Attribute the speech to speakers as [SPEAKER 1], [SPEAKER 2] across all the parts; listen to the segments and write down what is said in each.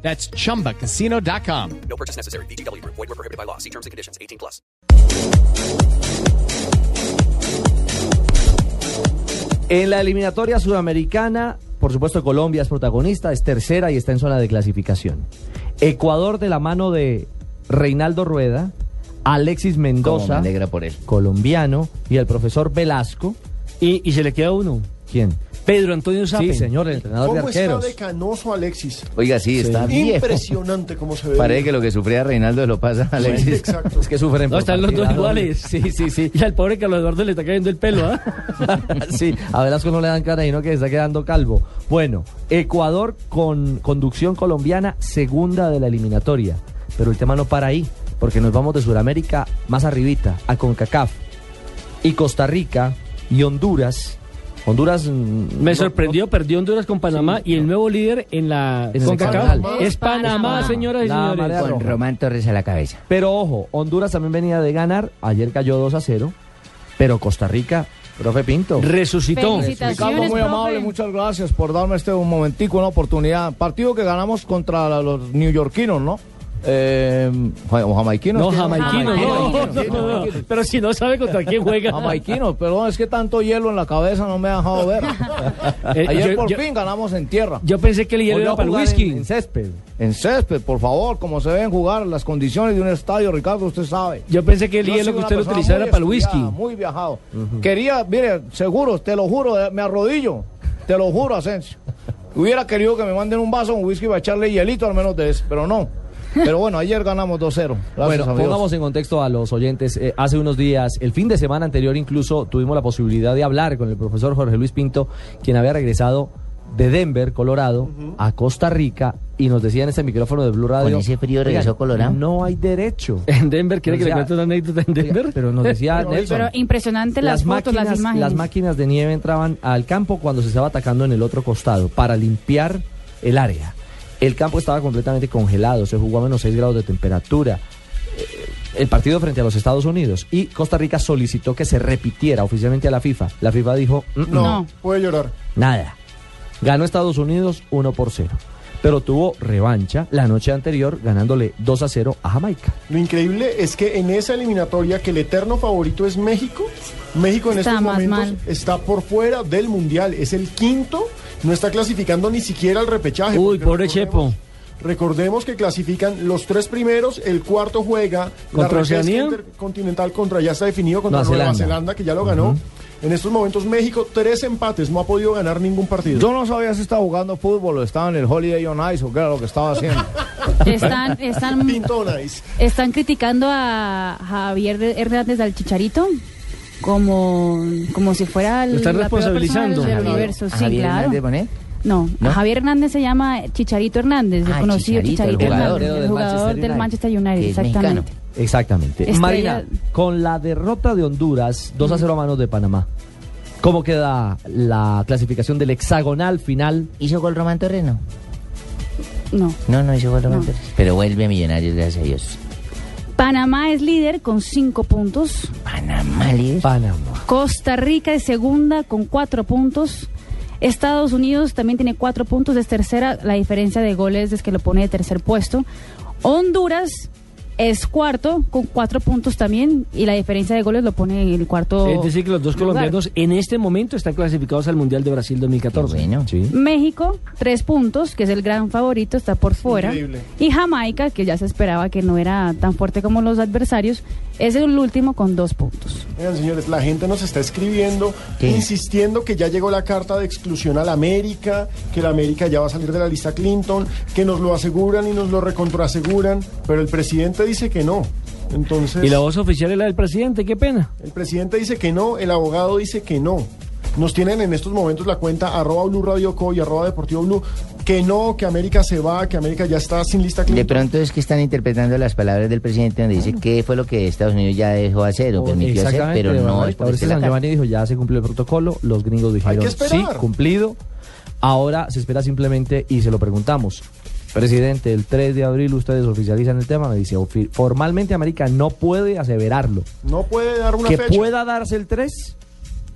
[SPEAKER 1] That's chumbacasino.com.
[SPEAKER 2] No purchase necessary. BGW. Void were prohibited by law. See terms and conditions. 18 plus.
[SPEAKER 3] En la eliminatoria sudamericana, por supuesto Colombia es protagonista, es tercera y está en zona de clasificación. Ecuador de la mano de Reinaldo Rueda, Alexis
[SPEAKER 4] Cómo me
[SPEAKER 3] Mendoza,
[SPEAKER 4] alegra por él.
[SPEAKER 3] colombiano, y el profesor Velasco.
[SPEAKER 5] Y, y se le queda uno.
[SPEAKER 3] ¿Quién?
[SPEAKER 5] Pedro Antonio Sape.
[SPEAKER 3] Sí, señor, el entrenador de
[SPEAKER 6] ¿Cómo está
[SPEAKER 3] arqueros.
[SPEAKER 6] de canoso Alexis?
[SPEAKER 4] Oiga, sí, está viejo.
[SPEAKER 6] Impresionante cómo se ve.
[SPEAKER 4] Parece que lo que sufría Reinaldo lo pasa a
[SPEAKER 6] Sí,
[SPEAKER 4] Alexis.
[SPEAKER 6] Exacto.
[SPEAKER 3] Es que sufren
[SPEAKER 5] No,
[SPEAKER 3] por
[SPEAKER 5] están los
[SPEAKER 3] partida
[SPEAKER 5] dos
[SPEAKER 3] doble.
[SPEAKER 5] iguales.
[SPEAKER 3] Sí, sí, sí.
[SPEAKER 5] Y al pobre Carlos Eduardo le está cayendo el pelo, ¿ah?
[SPEAKER 3] sí, a Velasco no le dan cara y no que se está quedando calvo. Bueno, Ecuador con conducción colombiana, segunda de la eliminatoria. Pero el tema no para ahí, porque nos vamos de Sudamérica más arribita, a CONCACAF. Y Costa Rica y Honduras. Honduras... mm,
[SPEAKER 5] Me
[SPEAKER 3] no-
[SPEAKER 5] sorprendió, perdió Honduras con Panamá y el nuevo líder en la
[SPEAKER 3] En el
[SPEAKER 5] CONCACAF
[SPEAKER 3] hexagonal.
[SPEAKER 5] es Panamá,
[SPEAKER 3] Panamá.
[SPEAKER 5] señoras y
[SPEAKER 3] La marea
[SPEAKER 5] señores.
[SPEAKER 3] roja.
[SPEAKER 4] Con Román Torres a la cabeza.
[SPEAKER 3] Pero ojo, Honduras también venía de ganar. Ayer cayó 2 a 0. Pero Costa Rica, profe Pinto.
[SPEAKER 5] Resucitó.
[SPEAKER 7] Felicitaciones,
[SPEAKER 8] Ricardo, muy
[SPEAKER 7] profe.
[SPEAKER 8] amable, muchas gracias por darme este un momentico, una oportunidad. Partido que ganamos contra la- los neoyorquinos, ¿no? Eh, ja- o jamaiquinos.
[SPEAKER 5] No,
[SPEAKER 8] ¿qué?
[SPEAKER 5] jamaiquino, no,
[SPEAKER 8] Jamaiquinos, sí,
[SPEAKER 5] no, no.
[SPEAKER 8] jamaiquinos.
[SPEAKER 5] Pero si no sabe contra quién juega.
[SPEAKER 8] Jamaiquinos, perdón, es que tanto hielo en la cabeza no me ha dejado ver.
[SPEAKER 5] Eh,
[SPEAKER 8] Ayer
[SPEAKER 5] yo-
[SPEAKER 8] por
[SPEAKER 5] yo-
[SPEAKER 8] fin ganamos en tierra.
[SPEAKER 5] Yo pensé que le
[SPEAKER 3] Volvió
[SPEAKER 5] iba
[SPEAKER 3] a
[SPEAKER 5] para el
[SPEAKER 3] jugar
[SPEAKER 5] whisky.
[SPEAKER 3] en- en césped.
[SPEAKER 8] En césped, por favor, como se ven jugar las condiciones de un estadio, Ricardo, usted sabe.
[SPEAKER 5] Yo pensé que el
[SPEAKER 8] Yo soy
[SPEAKER 5] hielo que
[SPEAKER 8] una
[SPEAKER 5] usted lo
[SPEAKER 8] persona
[SPEAKER 5] utilizara
[SPEAKER 8] muy
[SPEAKER 5] para el whisky.
[SPEAKER 8] estudiada, Muy viajado. Quería, mire, seguro, te lo juro, eh, me arrodillo. Te lo juro, Asensio. Hubiera querido que me manden un vaso, un whisky para echarle hielito al menos de ese, pero no. Pero bueno, ayer ganamos 2-0. Gracias
[SPEAKER 3] bueno,
[SPEAKER 8] a Dios.
[SPEAKER 3] pongamos en contexto a los oyentes. Eh, hace unos días, el fin de semana anterior incluso, tuvimos la posibilidad de hablar con el profesor Jorge Luis Pinto, quien había regresado de Denver, Colorado, a Costa Rica, y nos decía en este micrófono de Blue Radio...
[SPEAKER 4] ese frío
[SPEAKER 3] "Oigan,
[SPEAKER 4] regresó Colorado".
[SPEAKER 3] No hay derecho.
[SPEAKER 5] En Denver, ¿quiere que le
[SPEAKER 3] O sea,
[SPEAKER 5] cuente una anécdota en
[SPEAKER 3] Oiga,
[SPEAKER 5] Denver?
[SPEAKER 3] Pero nos decía
[SPEAKER 8] Pero
[SPEAKER 3] Nelson...
[SPEAKER 7] Pero impresionante las, fotos,
[SPEAKER 3] máquinas,
[SPEAKER 7] las imágenes.
[SPEAKER 3] las máquinas de nieve entraban al campo cuando se estaba atacando en el otro costado para limpiar el área. El campo estaba completamente congelado, se jugó a menos 6 grados de temperatura. Eh, El partido frente a los Estados Unidos y Costa Rica solicitó que se repitiera oficialmente a la FIFA. La FIFA dijo, "Mm, mm,
[SPEAKER 6] No,
[SPEAKER 7] No.
[SPEAKER 6] puede llorar.
[SPEAKER 3] nada. Ganó Estados Unidos 1 por 0, pero tuvo revancha la noche anterior ganándole 2 a 0 a Jamaica.
[SPEAKER 6] Lo increíble es que en esa eliminatoria que el eterno favorito es México, México en
[SPEAKER 7] Está
[SPEAKER 6] estos
[SPEAKER 7] más
[SPEAKER 6] momentos
[SPEAKER 7] mal.
[SPEAKER 6] está por fuera del Mundial. Es el quinto, no está clasificando ni siquiera al repechaje.
[SPEAKER 5] Uy,
[SPEAKER 6] porque
[SPEAKER 5] pobre
[SPEAKER 6] recordemos-
[SPEAKER 5] Chepo.
[SPEAKER 6] Recordemos que clasifican los tres primeros, el cuarto juega
[SPEAKER 5] ¿Contra
[SPEAKER 6] la repesca
[SPEAKER 5] Oceanía?
[SPEAKER 6] intercontinental contra ya está definido contra
[SPEAKER 3] Nueva
[SPEAKER 6] Nueva, Zelanda.
[SPEAKER 3] Zelanda.
[SPEAKER 6] que ya lo ganó. En estos momentos México tres empates, no ha podido ganar ningún partido.
[SPEAKER 8] Yo no sabía si estaba jugando fútbol o estaba en el Holiday on Ice o qué era lo que estaba haciendo.
[SPEAKER 7] Están, están,
[SPEAKER 6] Pinto Nice.
[SPEAKER 7] están criticando a Javier Hernández al Chicharito como, como si fuera el,
[SPEAKER 5] Lo están
[SPEAKER 7] la peor
[SPEAKER 5] responsabilizando.
[SPEAKER 7] persona del
[SPEAKER 5] Javier-
[SPEAKER 7] universo. Sí,
[SPEAKER 4] Javier
[SPEAKER 7] claro.
[SPEAKER 4] Hernández Bonet.
[SPEAKER 7] No,
[SPEAKER 4] ¿No?
[SPEAKER 7] Javier Hernández se llama Chicharito Hernández, el
[SPEAKER 4] Ah,
[SPEAKER 7] conocido Chicharito,
[SPEAKER 4] Chicharito, el
[SPEAKER 7] Hernández,
[SPEAKER 3] jugador
[SPEAKER 7] el
[SPEAKER 3] del
[SPEAKER 7] jugador
[SPEAKER 3] Manchester
[SPEAKER 7] del Manchester
[SPEAKER 4] United,
[SPEAKER 7] United,
[SPEAKER 4] que es
[SPEAKER 7] exactamente.
[SPEAKER 4] mexicano.
[SPEAKER 3] Exactamente.
[SPEAKER 7] Estrella-
[SPEAKER 3] Marina, con la derrota de Honduras, 2 a 0 a manos de Panamá, ¿cómo queda la clasificación del hexagonal final?
[SPEAKER 4] ¿Hizo gol Román Torres? No.
[SPEAKER 7] No.
[SPEAKER 4] No, no hizo gol Román
[SPEAKER 7] No.
[SPEAKER 4] Torres. Pero vuelve a Millonarios, gracias a Dios.
[SPEAKER 7] Panamá es líder con cinco puntos.
[SPEAKER 4] Panamá, líder.
[SPEAKER 3] Panamá.
[SPEAKER 7] Costa Rica es segunda con cuatro puntos. Estados Unidos también tiene cuatro puntos, es tercera. La diferencia de goles es que lo pone de tercer puesto. Honduras es cuarto con cuatro puntos también y la diferencia de goles lo pone en el cuarto.
[SPEAKER 5] Es decir, Eh, que los dos
[SPEAKER 7] lugar.
[SPEAKER 5] colombianos en este momento están clasificados al Mundial de Brasil 2014.
[SPEAKER 4] Bueno,
[SPEAKER 3] Sí.
[SPEAKER 7] México, tres puntos, que es el gran favorito, está por fuera.
[SPEAKER 6] Increíble.
[SPEAKER 7] Y Jamaica, que ya se esperaba que no era tan fuerte como los adversarios, es el último con dos puntos.
[SPEAKER 6] Oigan, señores, la gente nos está escribiendo,
[SPEAKER 4] ¿Qué?
[SPEAKER 6] insistiendo que ya llegó la carta de exclusión a la América, que la América ya va a salir de la lista Clinton, que nos lo aseguran y nos lo recontraseguran, pero el presidente dice que no. Entonces,
[SPEAKER 5] Y la voz oficial es la del presidente, qué pena.
[SPEAKER 6] el presidente dice que no, el abogado dice que no. Nos tienen en estos momentos la cuenta arroba Blue Radio Co y arroba Deportivo Blue. que no, que América se va, que América ya está sin lista
[SPEAKER 4] De
[SPEAKER 6] Clinton.
[SPEAKER 4] pronto es que están interpretando las palabras del presidente donde dice qué fue lo que Estados Unidos ya dejó hacer o permitió hacer,
[SPEAKER 3] Oh, Exactamente,
[SPEAKER 4] pero
[SPEAKER 3] Iván
[SPEAKER 4] no
[SPEAKER 3] Manuel.
[SPEAKER 4] es por
[SPEAKER 3] Ahorita
[SPEAKER 4] este la
[SPEAKER 3] San
[SPEAKER 4] carta.
[SPEAKER 3] Giovanni dijo, ya se cumplió el protocolo, los gringos dijeron,
[SPEAKER 6] que
[SPEAKER 3] sí,
[SPEAKER 6] esperar".
[SPEAKER 3] cumplido. Ahora se espera simplemente, y se lo preguntamos, presidente, el 3 de abril ustedes oficializan el tema, me dice, "Ofi- formalmente América no puede aseverarlo.
[SPEAKER 6] No puede dar una
[SPEAKER 3] que
[SPEAKER 6] fecha.
[SPEAKER 3] pueda darse el 3,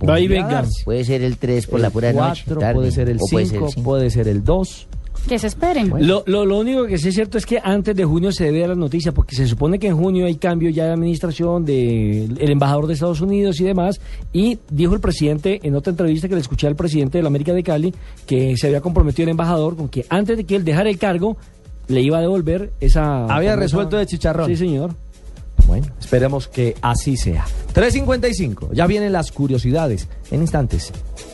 [SPEAKER 5] Va y
[SPEAKER 3] podría
[SPEAKER 5] venga.
[SPEAKER 3] darse.
[SPEAKER 4] Puede ser el 3 por la
[SPEAKER 3] El
[SPEAKER 4] pura noche.
[SPEAKER 3] 4,
[SPEAKER 4] tarde,
[SPEAKER 3] puede ser el
[SPEAKER 4] o puede ser
[SPEAKER 3] 5,
[SPEAKER 4] cinco.
[SPEAKER 3] puede ser el 2.
[SPEAKER 7] Que se esperen.
[SPEAKER 5] Lo, lo, lo único que sí es cierto es que antes de junio se debe dar la noticia, porque se supone que en junio hay cambio ya de administración del el embajador de Estados Unidos y demás, y dijo el presidente en otra entrevista que le escuché al presidente de la América de Cali, que se había comprometido el embajador con que antes de que él dejara el cargo, le iba a devolver esa...
[SPEAKER 3] Había
[SPEAKER 5] famosa-
[SPEAKER 3] resuelto de chicharrón.
[SPEAKER 5] Sí, señor.
[SPEAKER 3] Bueno, esperemos que así sea. 3.55, ya vienen las curiosidades en instantes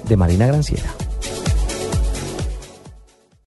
[SPEAKER 3] de Marina Granciera.